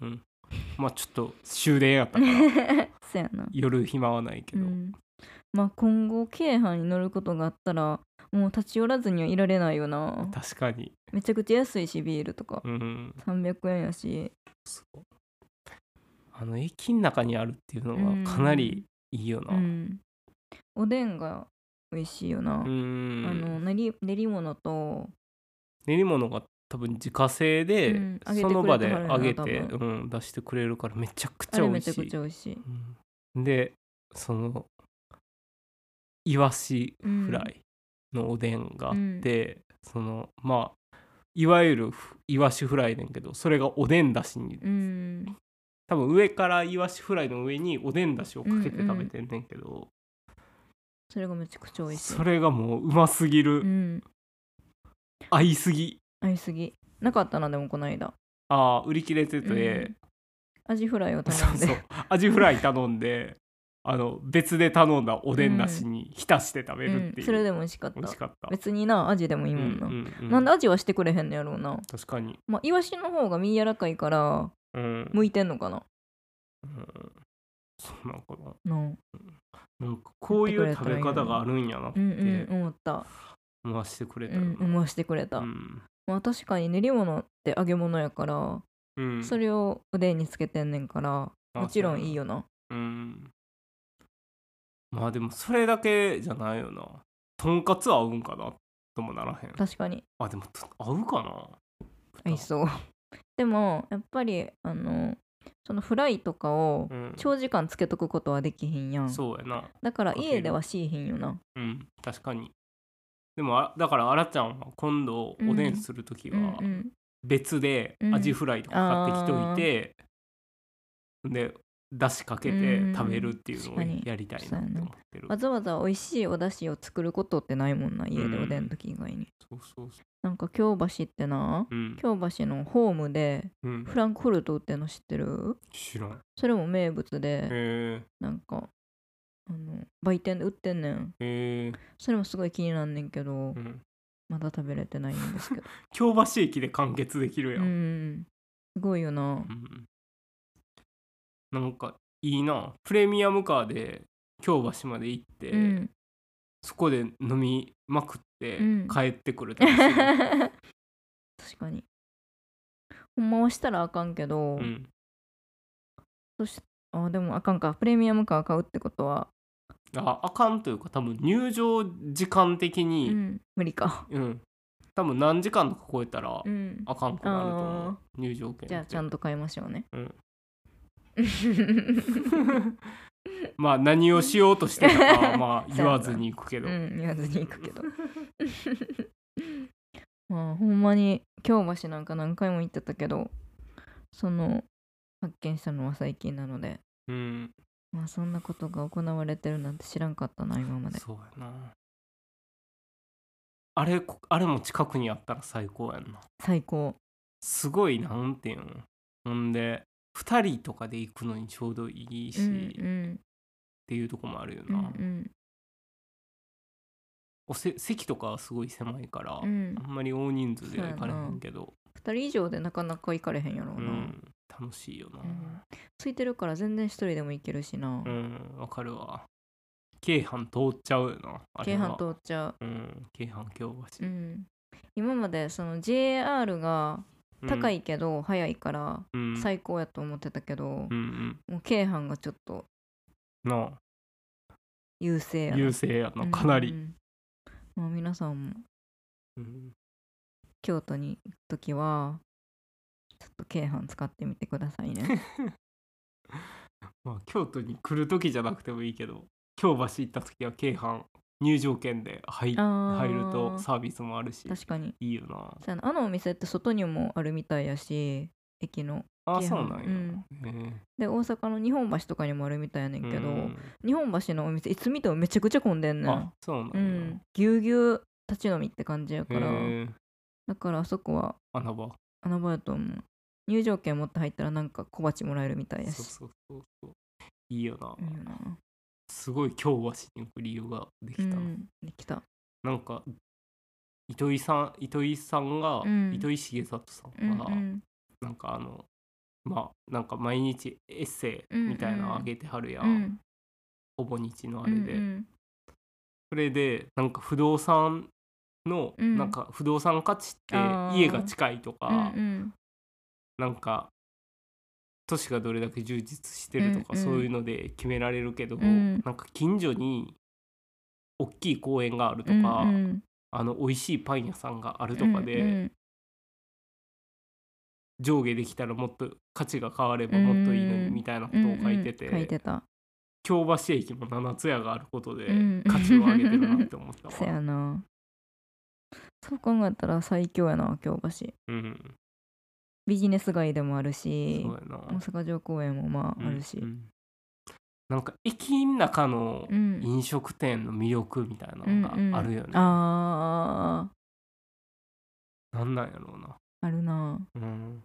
Speaker 1: まあちょっと終電やったから
Speaker 2: [LAUGHS] そうやな
Speaker 1: 夜暇はないけ
Speaker 2: う
Speaker 1: ど、
Speaker 2: ん、まあ今後京阪に乗ることがあったらもう立ち寄らずにはいられないよな
Speaker 1: 確かに
Speaker 2: めちゃくちゃ安いしビールとか
Speaker 1: うん
Speaker 2: 300円やし
Speaker 1: そうあの駅の中にあるっていうの
Speaker 2: うん
Speaker 1: がかなりいいよな
Speaker 2: う、んおでんが美味しいよな、
Speaker 1: うん
Speaker 2: あの練り練り物と
Speaker 1: 練り物が多分自家製で、
Speaker 2: うん揚げて
Speaker 1: その場で
Speaker 2: くれてはるな
Speaker 1: 揚げて、
Speaker 2: 多
Speaker 1: うん、出してくれるからめちゃく
Speaker 2: あ
Speaker 1: ちゃ
Speaker 2: れ
Speaker 1: 美
Speaker 2: め
Speaker 1: 味
Speaker 2: ちゃ
Speaker 1: し
Speaker 2: く
Speaker 1: い
Speaker 2: ちゃ美味しい
Speaker 1: うんでそのイワシ
Speaker 2: フ
Speaker 1: フライのおでんがあって、そのまあいわゆるふイワシフライねんけどそれがおでんだしに
Speaker 2: うん、
Speaker 1: 多分上からイワシフライの上におでんだしをかけて食べてんねんけど、
Speaker 2: それがめちゃくちゃ美味しい
Speaker 1: それがもううますぎる、
Speaker 2: うん
Speaker 1: 合いすぎ
Speaker 2: 合いすぎなかったなでもこの間
Speaker 1: あー売り切れてて、
Speaker 2: うんアジフライを
Speaker 1: そ
Speaker 2: 頼
Speaker 1: うんそ
Speaker 2: で
Speaker 1: うアジフライ頼んであの別で頼んだおでんだしに浸して食べるって
Speaker 2: うん
Speaker 1: いう、
Speaker 2: それでも美味しかった
Speaker 1: 美味しかった
Speaker 2: 別になアジでもいいもんな、
Speaker 1: うんうんうん
Speaker 2: なんでアジはしてくれへんのやろうな
Speaker 1: 確かに、
Speaker 2: まあイワシの方が身柔らかいから
Speaker 1: うんうん、
Speaker 2: 向いてんのかな
Speaker 1: そうなんかな
Speaker 2: の
Speaker 1: なんかこういう食べ方があるんやなっ
Speaker 2: う
Speaker 1: て
Speaker 2: んうん思った、
Speaker 1: 思わせてくれた
Speaker 2: う
Speaker 1: よ
Speaker 2: ん、思わせてくれた、
Speaker 1: なうん
Speaker 2: まあ確かに練り物って揚げ物やから、
Speaker 1: うん
Speaker 2: それをおでんにつけてんねんから
Speaker 1: あ
Speaker 2: もちろんいい
Speaker 1: そう
Speaker 2: よな
Speaker 1: やなうんまあでもそれだけじゃないよなとんかつ合うんかなともならへん
Speaker 2: 確かに
Speaker 1: あでもと合うかな
Speaker 2: 合いそう [LAUGHS] でもやっぱりあのそのフライとかを
Speaker 1: うん
Speaker 2: 長時間つけとくことはできひんやん、
Speaker 1: そうやな
Speaker 2: だから
Speaker 1: かける
Speaker 2: 家ではしいひんよな
Speaker 1: うん確かにでもあだからあらちゃんは今度おでんする時
Speaker 2: うんう
Speaker 1: は
Speaker 2: ん
Speaker 1: 別でアジフライとか買ってきといて、でだしかけて食べるっていうのを
Speaker 2: うんうん
Speaker 1: やりたいなって思ってる、
Speaker 2: わざわざ美味しいお出汁を作ることってないもんな家でおでんの時以外に、
Speaker 1: そうそうそ
Speaker 2: なんか京橋ってな
Speaker 1: ううん、
Speaker 2: 京橋のホームで
Speaker 1: うん、
Speaker 2: フランクフルト売ってんの知ってる
Speaker 1: 知らんへ
Speaker 2: それも名物で
Speaker 1: え
Speaker 2: なんかあの売店で売ってんねん
Speaker 1: えー
Speaker 2: それもすごい気になんねんけ
Speaker 1: う
Speaker 2: ど、
Speaker 1: ん、
Speaker 2: まだ食べれてないん
Speaker 1: [LAUGHS]
Speaker 2: ですけど
Speaker 1: 京橋駅で完結できるや、
Speaker 2: うんんう
Speaker 1: うん
Speaker 2: んすごいよな
Speaker 1: なんかいいなプレミアムカーで京橋まで行って、
Speaker 2: うん、
Speaker 1: そこで飲みまくって
Speaker 2: うん
Speaker 1: 帰ってくる楽しみ、
Speaker 2: [LAUGHS] 確かにほんまはしたらあかんけど、
Speaker 1: うん、
Speaker 2: そしあでもあかんかプレミアムカー買うってことは、
Speaker 1: ああかんというか多分入場時間的
Speaker 2: う
Speaker 1: に、
Speaker 2: ん、無理か
Speaker 1: うん多分何時間とか超えたら
Speaker 2: うん
Speaker 1: あかんくなると思
Speaker 2: あ
Speaker 1: う入場券
Speaker 2: じゃあちゃんと買いましょうね
Speaker 1: うん
Speaker 2: [LAUGHS] うん
Speaker 1: まあ何をしようとしてたかはまあ
Speaker 2: [LAUGHS]
Speaker 1: 言わずに行くけど、
Speaker 2: 言わずに行くけ
Speaker 1: [LAUGHS]
Speaker 2: ど [LAUGHS] まあほんまに京橋なんか何回も行ってたけどその発見したのは最近なので
Speaker 1: うん、
Speaker 2: まあそんなことが行われてるなんて知らんかったな今まで
Speaker 1: そうやなあれこあれも近くにあったら最高やんな
Speaker 2: 最高
Speaker 1: すごいなんていうのほんで2人とかで行くのにちょうどいいし、
Speaker 2: うん
Speaker 1: っ
Speaker 2: うん
Speaker 1: ていうとこもあるよ
Speaker 2: うん
Speaker 1: な、おせ席とかはすごい狭いから、
Speaker 2: うんうん
Speaker 1: あんまり大人数では行かれへんけど、
Speaker 2: 2人以上でなかなか行かれへんやろう
Speaker 1: う
Speaker 2: な、
Speaker 1: ん、楽しいよな
Speaker 2: うん空いてるから全然一人でも行けるしな、
Speaker 1: うんわ、かるわ京阪通っちゃうよなあれ
Speaker 2: 京
Speaker 1: は
Speaker 2: 阪通っちゃ
Speaker 1: うん京阪京
Speaker 2: う、
Speaker 1: 橋
Speaker 2: う、ん、今までその JR が
Speaker 1: うん
Speaker 2: 高、いけど早いから
Speaker 1: うん、
Speaker 2: 最高やと思ってたけど、
Speaker 1: うんうん
Speaker 2: もう京阪がちょっと
Speaker 1: な
Speaker 2: 優勢や
Speaker 1: あ
Speaker 2: な
Speaker 1: 優勢やなかな
Speaker 2: うん
Speaker 1: り、
Speaker 2: うんまあ、皆さんも
Speaker 1: うん
Speaker 2: 京都に行く時はちょっと京阪使ってみてください
Speaker 1: [LAUGHS]
Speaker 2: ね
Speaker 1: まあ、京都に来る時じゃなくてもいいけど京橋行った時は京阪入場券で入
Speaker 2: あ
Speaker 1: 入ると
Speaker 2: ー
Speaker 1: サービスもあるし
Speaker 2: 確かに
Speaker 1: いいよな
Speaker 2: そうやなあのお店って外にもあるみたいやし駅の
Speaker 1: あ
Speaker 2: 京阪
Speaker 1: そうなんや、
Speaker 2: うん
Speaker 1: ね
Speaker 2: で大阪の日本橋とかにもあるみたいやねんけど、
Speaker 1: うん
Speaker 2: 日本橋のお店いつ見てもめちゃくちゃ混んでんねん
Speaker 1: あそうなん
Speaker 2: う
Speaker 1: や、
Speaker 2: んぎゅうぎゅう立ち飲みって感じやから
Speaker 1: へえ
Speaker 2: だからあそこは
Speaker 1: 穴場
Speaker 2: 穴場やと思う入場券持って入ったらなんか小鉢もらえるみたいやし
Speaker 1: そうそうそうそういいよな、
Speaker 2: いいよな
Speaker 1: すごい京橋に行く理由ができ
Speaker 2: う
Speaker 1: た、
Speaker 2: んできた
Speaker 1: なんか糸井さん糸井さんが、
Speaker 2: うん
Speaker 1: 糸井重里さ
Speaker 2: うん
Speaker 1: んが、
Speaker 2: うん
Speaker 1: なんかあのまあなんか毎日エッセイみたいなのあげてはるや、
Speaker 2: うんん
Speaker 1: ほぼ日のあ
Speaker 2: う
Speaker 1: れ
Speaker 2: ん
Speaker 1: で、
Speaker 2: うん
Speaker 1: それでなんか不動産の、
Speaker 2: うん
Speaker 1: なんか不動産価値って
Speaker 2: あー
Speaker 1: 家が近いとか、
Speaker 2: うん
Speaker 1: なんか都市がどれだけ充実してるとか、
Speaker 2: うんうん
Speaker 1: そういうので決められるけど、
Speaker 2: ん
Speaker 1: なんか近所に大きい公園があると
Speaker 2: うん
Speaker 1: か、
Speaker 2: うん
Speaker 1: あの美味しいパン屋さんがあるとかで、
Speaker 2: うん
Speaker 1: 上下できたらもっと価値が変わればもっといいのに
Speaker 2: うん
Speaker 1: みたいなこ
Speaker 2: う
Speaker 1: と
Speaker 2: ん
Speaker 1: を書いてて,、
Speaker 2: 書いてた
Speaker 1: 京橋駅も七つ屋があることで
Speaker 2: うん
Speaker 1: 価値を上げてるなって思ったわ。
Speaker 2: そやなそう考えたら最強やな京橋
Speaker 1: うん、
Speaker 2: ビジネス街でもあるし
Speaker 1: そうやな
Speaker 2: 大阪城公園もまああるし
Speaker 1: うんうんなんか駅の中の
Speaker 2: うん
Speaker 1: 飲食店の魅力みたいなのがあるよね、
Speaker 2: あ
Speaker 1: なんなんやろうな、
Speaker 2: ああるな
Speaker 1: うん、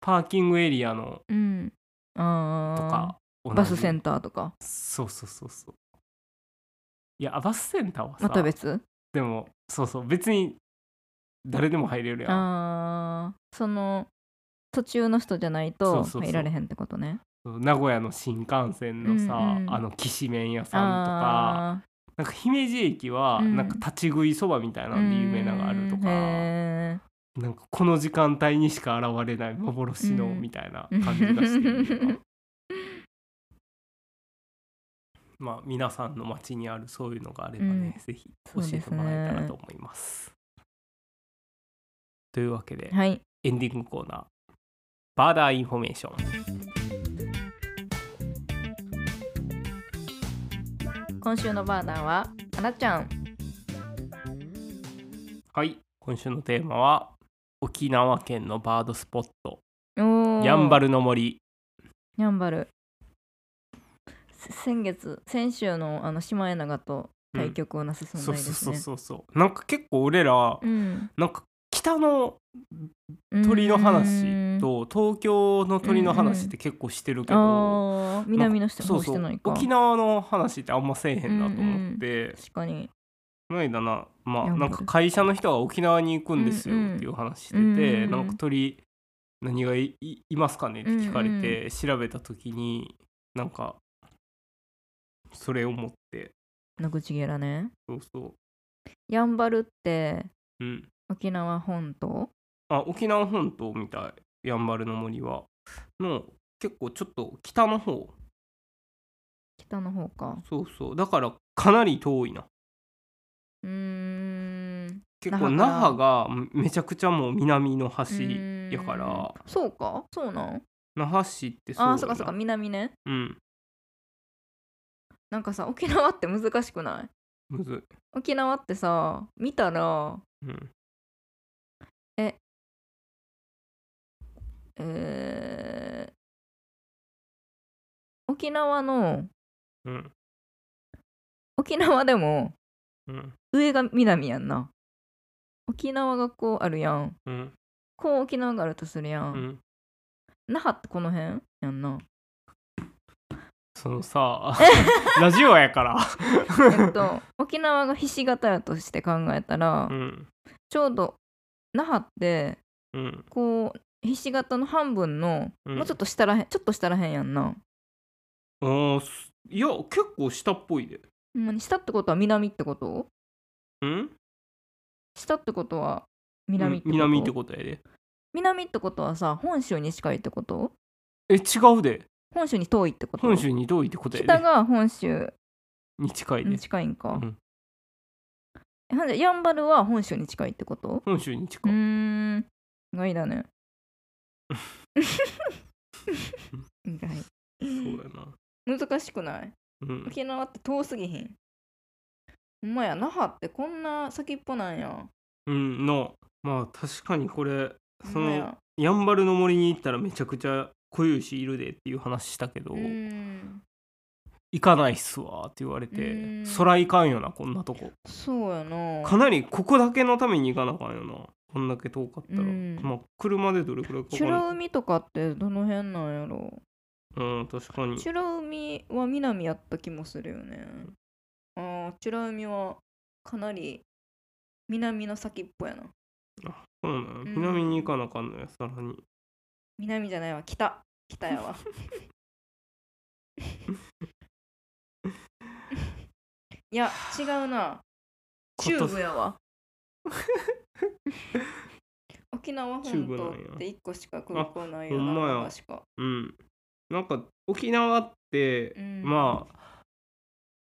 Speaker 1: パーキングエリアの
Speaker 2: うんあ
Speaker 1: と
Speaker 2: あ
Speaker 1: か同じ
Speaker 2: バスセンターとか
Speaker 1: そうそうそうそういやバスセンターはさ、
Speaker 2: また別
Speaker 1: でもそうそう別に誰でも入れるやん
Speaker 2: あーその途中の人じゃない
Speaker 1: そう
Speaker 2: と
Speaker 1: そうそう
Speaker 2: 入られへんってことね
Speaker 1: 名古屋の新幹線のさ、
Speaker 2: うんうん
Speaker 1: あのきしめん屋さんとか
Speaker 2: あ
Speaker 1: なんか姫路駅は
Speaker 2: うん
Speaker 1: なんか立ち食いそばみたい
Speaker 2: ー
Speaker 1: なんで有名なのがあるとか、
Speaker 2: うんへー
Speaker 1: なんかこの時間帯にしか現れない幻の
Speaker 2: うん
Speaker 1: みたいな感じがしてるよな
Speaker 2: [LAUGHS]
Speaker 1: まあ皆さんの街にあるそういうのがあればね、ぜひ教えてもらえたらと思います。というわけで
Speaker 2: はい
Speaker 1: エンディングコーナー「バーダーインフォメーション」
Speaker 2: 今週のバーナーはあなちゃん
Speaker 1: はい今週のテーマは沖縄県のバードスポット
Speaker 2: おー
Speaker 1: やんばるの森
Speaker 2: やんばるせ先月先週のあのシマエナガと対局をなす存
Speaker 1: そ
Speaker 2: 在
Speaker 1: う
Speaker 2: で
Speaker 1: そう
Speaker 2: す
Speaker 1: そう
Speaker 2: ね
Speaker 1: そうそうなんか結構俺ら
Speaker 2: うん
Speaker 1: なんか季北の鳥の話と東京の鳥の話って結構してるけ
Speaker 2: あ
Speaker 1: ど
Speaker 2: あー南の人
Speaker 1: そ
Speaker 2: も
Speaker 1: う
Speaker 2: し
Speaker 1: そ
Speaker 2: て
Speaker 1: う
Speaker 2: ないか
Speaker 1: 沖縄の話ってあんませえへんなと思って
Speaker 2: 確かに
Speaker 1: この間なま
Speaker 2: い
Speaker 1: あ
Speaker 2: や
Speaker 1: なんか会社の人が沖縄に行くんですよ
Speaker 2: うんうん
Speaker 1: っていう話して
Speaker 2: うんう
Speaker 1: て
Speaker 2: ん
Speaker 1: なんか鳥何がいいいますかねって聞かれて調べた時になんかそれを持って
Speaker 2: 野口ゲラね
Speaker 1: そうそ
Speaker 2: やんばるって
Speaker 1: ううん
Speaker 2: 沖縄本島
Speaker 1: あ沖縄本島みたいやんばるの森はの結構ちょっと北の方
Speaker 2: 北の方か
Speaker 1: そうそうだからかなり遠いな
Speaker 2: うーん
Speaker 1: 結構那
Speaker 2: 那
Speaker 1: 覇
Speaker 2: 覇
Speaker 1: がめちゃくちゃもう南の端
Speaker 2: う
Speaker 1: やから
Speaker 2: ーんそうかそうなん
Speaker 1: 那覇市ってそう
Speaker 2: あ
Speaker 1: や
Speaker 2: あ
Speaker 1: な
Speaker 2: そうかそうか南ね
Speaker 1: うん
Speaker 2: なんかさ沖縄って難しくない
Speaker 1: むず
Speaker 2: 沖縄ってさ見たら
Speaker 1: い、うん、
Speaker 2: えー沖縄の
Speaker 1: うん
Speaker 2: 沖縄でも
Speaker 1: うん
Speaker 2: 上が南やんな沖縄がこうあるやん
Speaker 1: うん
Speaker 2: こう沖縄があるとするや、
Speaker 1: うんん
Speaker 2: 那覇ってこの辺や
Speaker 1: [LAUGHS]
Speaker 2: んな
Speaker 1: その
Speaker 2: [LAUGHS]
Speaker 1: さラジオやから
Speaker 2: えっと沖縄がひし形やとして考えたら、
Speaker 1: うん
Speaker 2: ちょうど那覇って
Speaker 1: うん
Speaker 2: こうひし形の半分の、
Speaker 1: うん
Speaker 2: もうちょっと下らへんちょっと下らへんやんな
Speaker 1: あーすいや結構下っぽいで
Speaker 2: ほんまに下ってことは南ってこと
Speaker 1: うん
Speaker 2: 下ってことは南ってこと、
Speaker 1: 南ってことやで
Speaker 2: 南ってことはさ本州に近いってこと
Speaker 1: え違うで
Speaker 2: 本州に遠いってこと
Speaker 1: 本州に遠いってことや
Speaker 2: 北
Speaker 1: で
Speaker 2: が本州
Speaker 1: に近いで
Speaker 2: に近いんか、
Speaker 1: うん
Speaker 2: えほんじゃやんばるは本州に近いってこと
Speaker 1: 本州に近
Speaker 2: う
Speaker 1: い、
Speaker 2: ーん意外
Speaker 1: [LAUGHS]
Speaker 2: だね意外
Speaker 1: そうやな
Speaker 2: 難しくない
Speaker 1: うん
Speaker 2: 沖縄って遠すぎひんほんまや那覇ってこんな先っぽなんや
Speaker 1: うんのまあ確かにこれそ
Speaker 2: ほん
Speaker 1: の
Speaker 2: まや
Speaker 1: やんばるの森に行ったらめちゃくちゃ固有種いるでっていう話したけど、
Speaker 2: うーん
Speaker 1: 行かないっすわって言われて、
Speaker 2: うん
Speaker 1: そら行かんよなこんなとこ
Speaker 2: そうやな
Speaker 1: かなりここだけのために行かなあかんよなこんだけ遠かったら、
Speaker 2: うん
Speaker 1: まあ車でどれくらいかか
Speaker 2: 美
Speaker 1: る
Speaker 2: ら海とかってどの辺なんやろ
Speaker 1: うん確かに
Speaker 2: 美ら海は南やった気もするよねああ美ら海はかなり南の先っぽやな
Speaker 1: そうなんや
Speaker 2: ん
Speaker 1: 南に行かなあかんのやさらに
Speaker 2: 南じゃないわ北北やわいや違うなチューブやわ沖縄
Speaker 1: チュー
Speaker 2: 本
Speaker 1: ブなん
Speaker 2: 島
Speaker 1: や
Speaker 2: って1個しか空港ないよ
Speaker 1: あほんまや
Speaker 2: な確か
Speaker 1: うんなんか沖縄って、
Speaker 2: うん
Speaker 1: まあ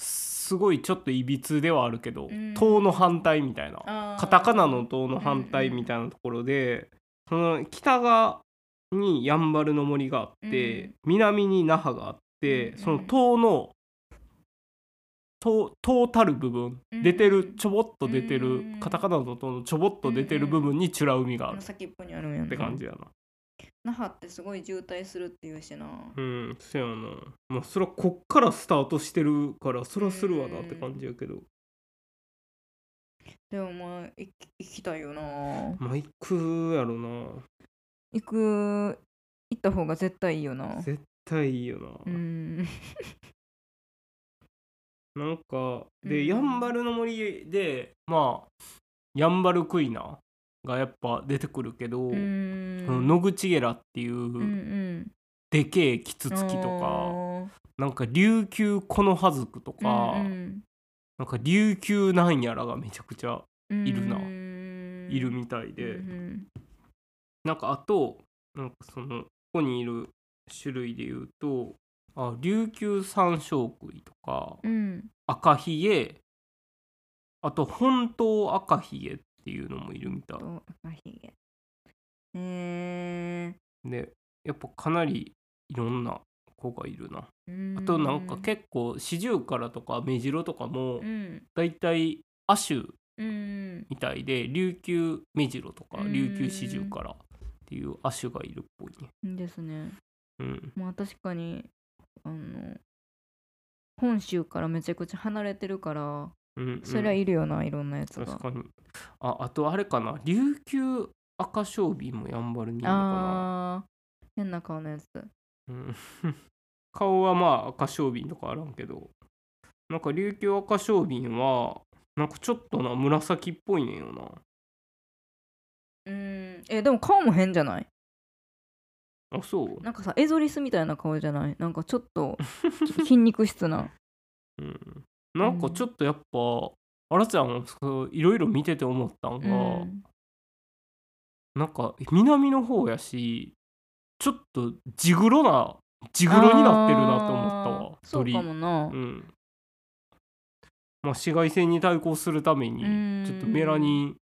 Speaker 1: すごいちょっといびつではあるけど
Speaker 2: う
Speaker 1: 「
Speaker 2: ん
Speaker 1: 島、の反対みたいな
Speaker 2: あー
Speaker 1: カタカナの塔の反対みたいなところで、その北側にやんばるの森があって、
Speaker 2: うん
Speaker 1: 南に那覇があって、
Speaker 2: うんうん
Speaker 1: その塔の塔塔たる部分、
Speaker 2: うん
Speaker 1: 出てるちょぼっと出てる、
Speaker 2: うん
Speaker 1: カタカナの塔のちょぼっと出てる部分に美ら海があ
Speaker 2: あ
Speaker 1: る
Speaker 2: の先っぽにあるんやな
Speaker 1: って感じやな。
Speaker 2: 那覇ってすごい渋滞するっていうしな
Speaker 1: うん、そやな。まあそらこっからスタートしてるからそらするわなって感じやけど、
Speaker 2: でもまあ行き行きたいよな
Speaker 1: まあ行くやろな。
Speaker 2: 行く行った方が絶対いいよな
Speaker 1: 絶対いいよ
Speaker 2: う
Speaker 1: な。
Speaker 2: ん
Speaker 1: なんかで、
Speaker 2: うん
Speaker 1: やんばるの森でまあやんばるクイナがやっぱ出てくるけど、
Speaker 2: うん
Speaker 1: その野口ゲラっていう、
Speaker 2: うん
Speaker 1: でけえキツツキとかなんか琉球コノハズクとか、なんか琉球なんやらがめちゃくちゃ
Speaker 2: い
Speaker 1: るないいるみたいで、
Speaker 2: うん
Speaker 1: なんかあとなんかそのここにいる種類で言うとあ琉球山椒食いとか
Speaker 2: うん
Speaker 1: 赤ひげあと本島赤ひげっていうのもいるみたい
Speaker 2: と赤ひげえ
Speaker 1: でやっぱかなりいろんな子がいるな
Speaker 2: ー
Speaker 1: あとなんか結構シジュウカラとかメジロとかも
Speaker 2: うん
Speaker 1: だいたい亜種
Speaker 2: うん
Speaker 1: みたいで琉球メジロとか
Speaker 2: うん
Speaker 1: 琉球シジュウカラっていう亜種がいるっぽいね
Speaker 2: いいですね
Speaker 1: うん
Speaker 2: まあ確かにあの本州からめちゃくちゃ離れてるから
Speaker 1: うんうん
Speaker 2: そりゃいるよないろんなやつが
Speaker 1: 確かにああとあれかな琉球赤将瓶もやんばるにいるのかな
Speaker 2: あー変な顔のやつ
Speaker 1: うん [LAUGHS] 顔はまあ赤小瓶とかあらんけどなんか琉球赤小瓶はなんかちょっとな紫っぽいねんよな
Speaker 2: うんえでも顔も変じゃない
Speaker 1: あそう
Speaker 2: なんかさエゾリスみたいな顔じゃないなんかちょっと筋肉質な
Speaker 1: うん、なんかちょっとやっぱ、あらちゃんもそういろいろ見てて思ったん
Speaker 2: う
Speaker 1: が、
Speaker 2: ん
Speaker 1: なんか南の方やしちょっと地黒な地黒になってるなと思ったわ
Speaker 2: あーそう
Speaker 1: 鳥
Speaker 2: かもな
Speaker 1: うんまあ、紫外線に対抗するため
Speaker 2: う
Speaker 1: に
Speaker 2: ーん
Speaker 1: ちょっとメラニン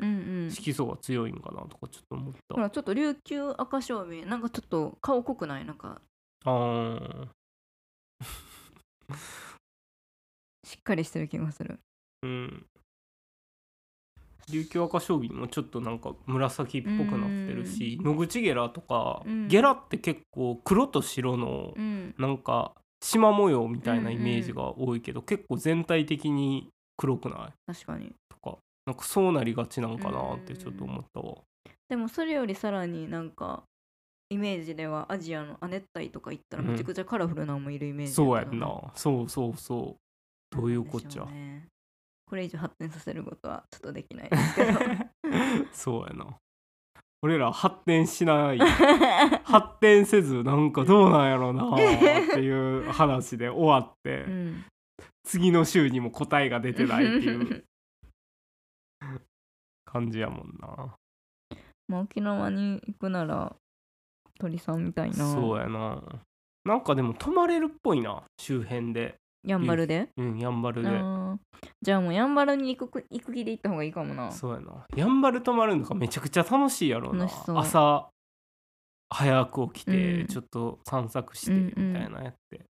Speaker 2: うんうん
Speaker 1: 色素が強いんかなとかちょっと思っ
Speaker 2: ほ
Speaker 1: た、
Speaker 2: らちょっと琉球赤照明なんかちょっと顔濃くないなんか
Speaker 1: あー
Speaker 2: しっかりしてる気がする
Speaker 1: うん琉球赤将棋もちょっとなんか紫っぽくなってるし野口ゲラとか、
Speaker 2: うん
Speaker 1: ゲラって結構黒と白の
Speaker 2: うん
Speaker 1: なんか縞模様みたいなイメージが多いけど、結構全体的に黒くない
Speaker 2: 確かに
Speaker 1: とかなんかそうなりがちなんかなってちょっと思ったわ、
Speaker 2: でもそれよりさらになんかイメージではアジアの亜熱帯とか行ったら
Speaker 1: うん
Speaker 2: めちゃくちゃカラフルなのもいるイメージけど
Speaker 1: そうやんなそうそうそうどういうこっちゃ
Speaker 2: なんでしょうねこれ以上発展させることはちょっとできないですけ
Speaker 1: [LAUGHS]
Speaker 2: ど
Speaker 1: そうやな俺ら発展しない
Speaker 2: [LAUGHS]
Speaker 1: 発展せずなんかどうなんやろうなっていう話で終わって、
Speaker 2: うん
Speaker 1: 次の週にも答えが出てないって
Speaker 2: [LAUGHS]
Speaker 1: いう感じやもんな
Speaker 2: まあ沖縄に行くなら鳥さんみたいな
Speaker 1: そうやななんかでも泊まれるっぽいな周辺で
Speaker 2: やんばるで
Speaker 1: うんやんばるで
Speaker 2: あーじゃあもうやんばるに行く行く気で行った方がいいかもな
Speaker 1: そうやなやんばる泊まるのがめちゃくちゃ楽しいやろうな
Speaker 2: 楽しそう
Speaker 1: 朝早く起きて
Speaker 2: うん
Speaker 1: ちょっと散策して
Speaker 2: うんうん
Speaker 1: みたいなやって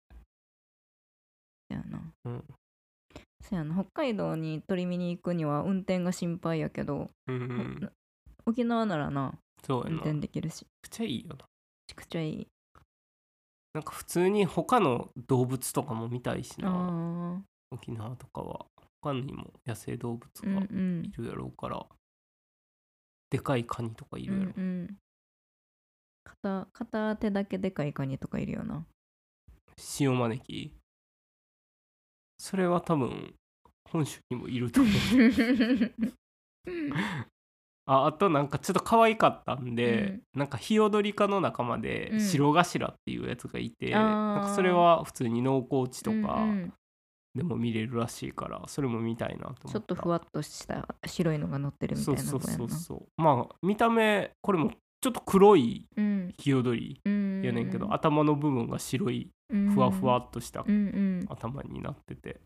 Speaker 2: そやな。
Speaker 1: うん
Speaker 2: そやな北海道に取り見に行くには運転が心配やけど
Speaker 1: うん、うん、
Speaker 2: 沖縄ならな
Speaker 1: そうや
Speaker 2: 運
Speaker 1: なめ
Speaker 2: 転
Speaker 1: っ
Speaker 2: できるし
Speaker 1: ちゃいいよな
Speaker 2: ちくちゃいい。
Speaker 1: なんか普通に他の動物とかも見たいし
Speaker 2: ああ
Speaker 1: な沖縄とかは他にも野生動物
Speaker 2: ーうんう
Speaker 1: がい
Speaker 2: ん
Speaker 1: るやろうから、でかいカニとかい
Speaker 2: うん
Speaker 1: るやろ、
Speaker 2: うん片片手だけでかいカニとかいる
Speaker 1: [LAUGHS]
Speaker 2: よな。
Speaker 1: 塩招きそれは多分本州にもいると
Speaker 2: [LAUGHS]
Speaker 1: 思うああとなんかちょっと可愛かったんで、なんかヒヨドリ科の仲間
Speaker 2: う
Speaker 1: で
Speaker 2: ん
Speaker 1: 白頭っていうやつがいて、
Speaker 2: あー
Speaker 1: なんかそれは普通に農耕地とか
Speaker 2: うんうん
Speaker 1: でも見れるらしいからそれも見たいなと思った
Speaker 2: ちょっとふわっとした白いのが乗ってるみ
Speaker 1: そ
Speaker 2: たいうな
Speaker 1: そう
Speaker 2: 子や
Speaker 1: そ
Speaker 2: な
Speaker 1: う。そうまあ見た目これもちょっと黒い
Speaker 2: うん
Speaker 1: ヒヨドリ
Speaker 2: うん
Speaker 1: やねんけど、頭の部分が白いふわふわ。っとした
Speaker 2: うんうん
Speaker 1: 頭になってて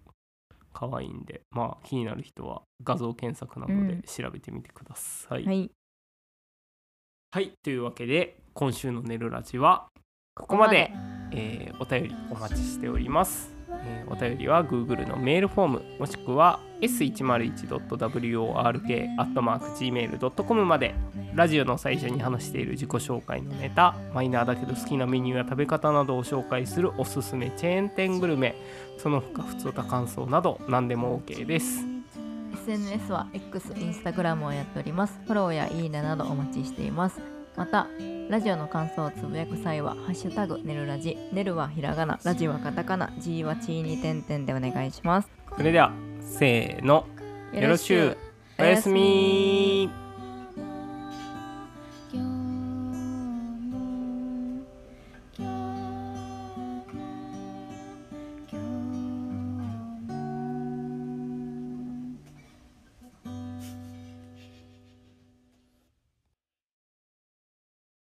Speaker 1: 可愛いんでまあ気になる人は画像検索など
Speaker 2: うん
Speaker 1: で調べてみてください、
Speaker 2: うん。はい。
Speaker 1: はいというわけで今週の「ねるラジ」はここまで。えーお便りお待ちしております、えーお便りは Google のメールフォームもしくは s101.work.gmail.com までラジオの最初に話している自己紹介のネタマイナーだけど好きなメニューや食べ方などを紹介するおすすめチェーン店グルメその他普通た感想など何でも OK です
Speaker 2: SNS は X、インスタグラムをやっております。フォローやいいねなどお待ちしています。また、ラジオの感想をつぶやく際は、ハッシュタグ、ねるラジ、ねるはひらがな、ラジはカタカナ、G はチーに点々でお願いします。
Speaker 1: それではせーのよろしゅうおやすみ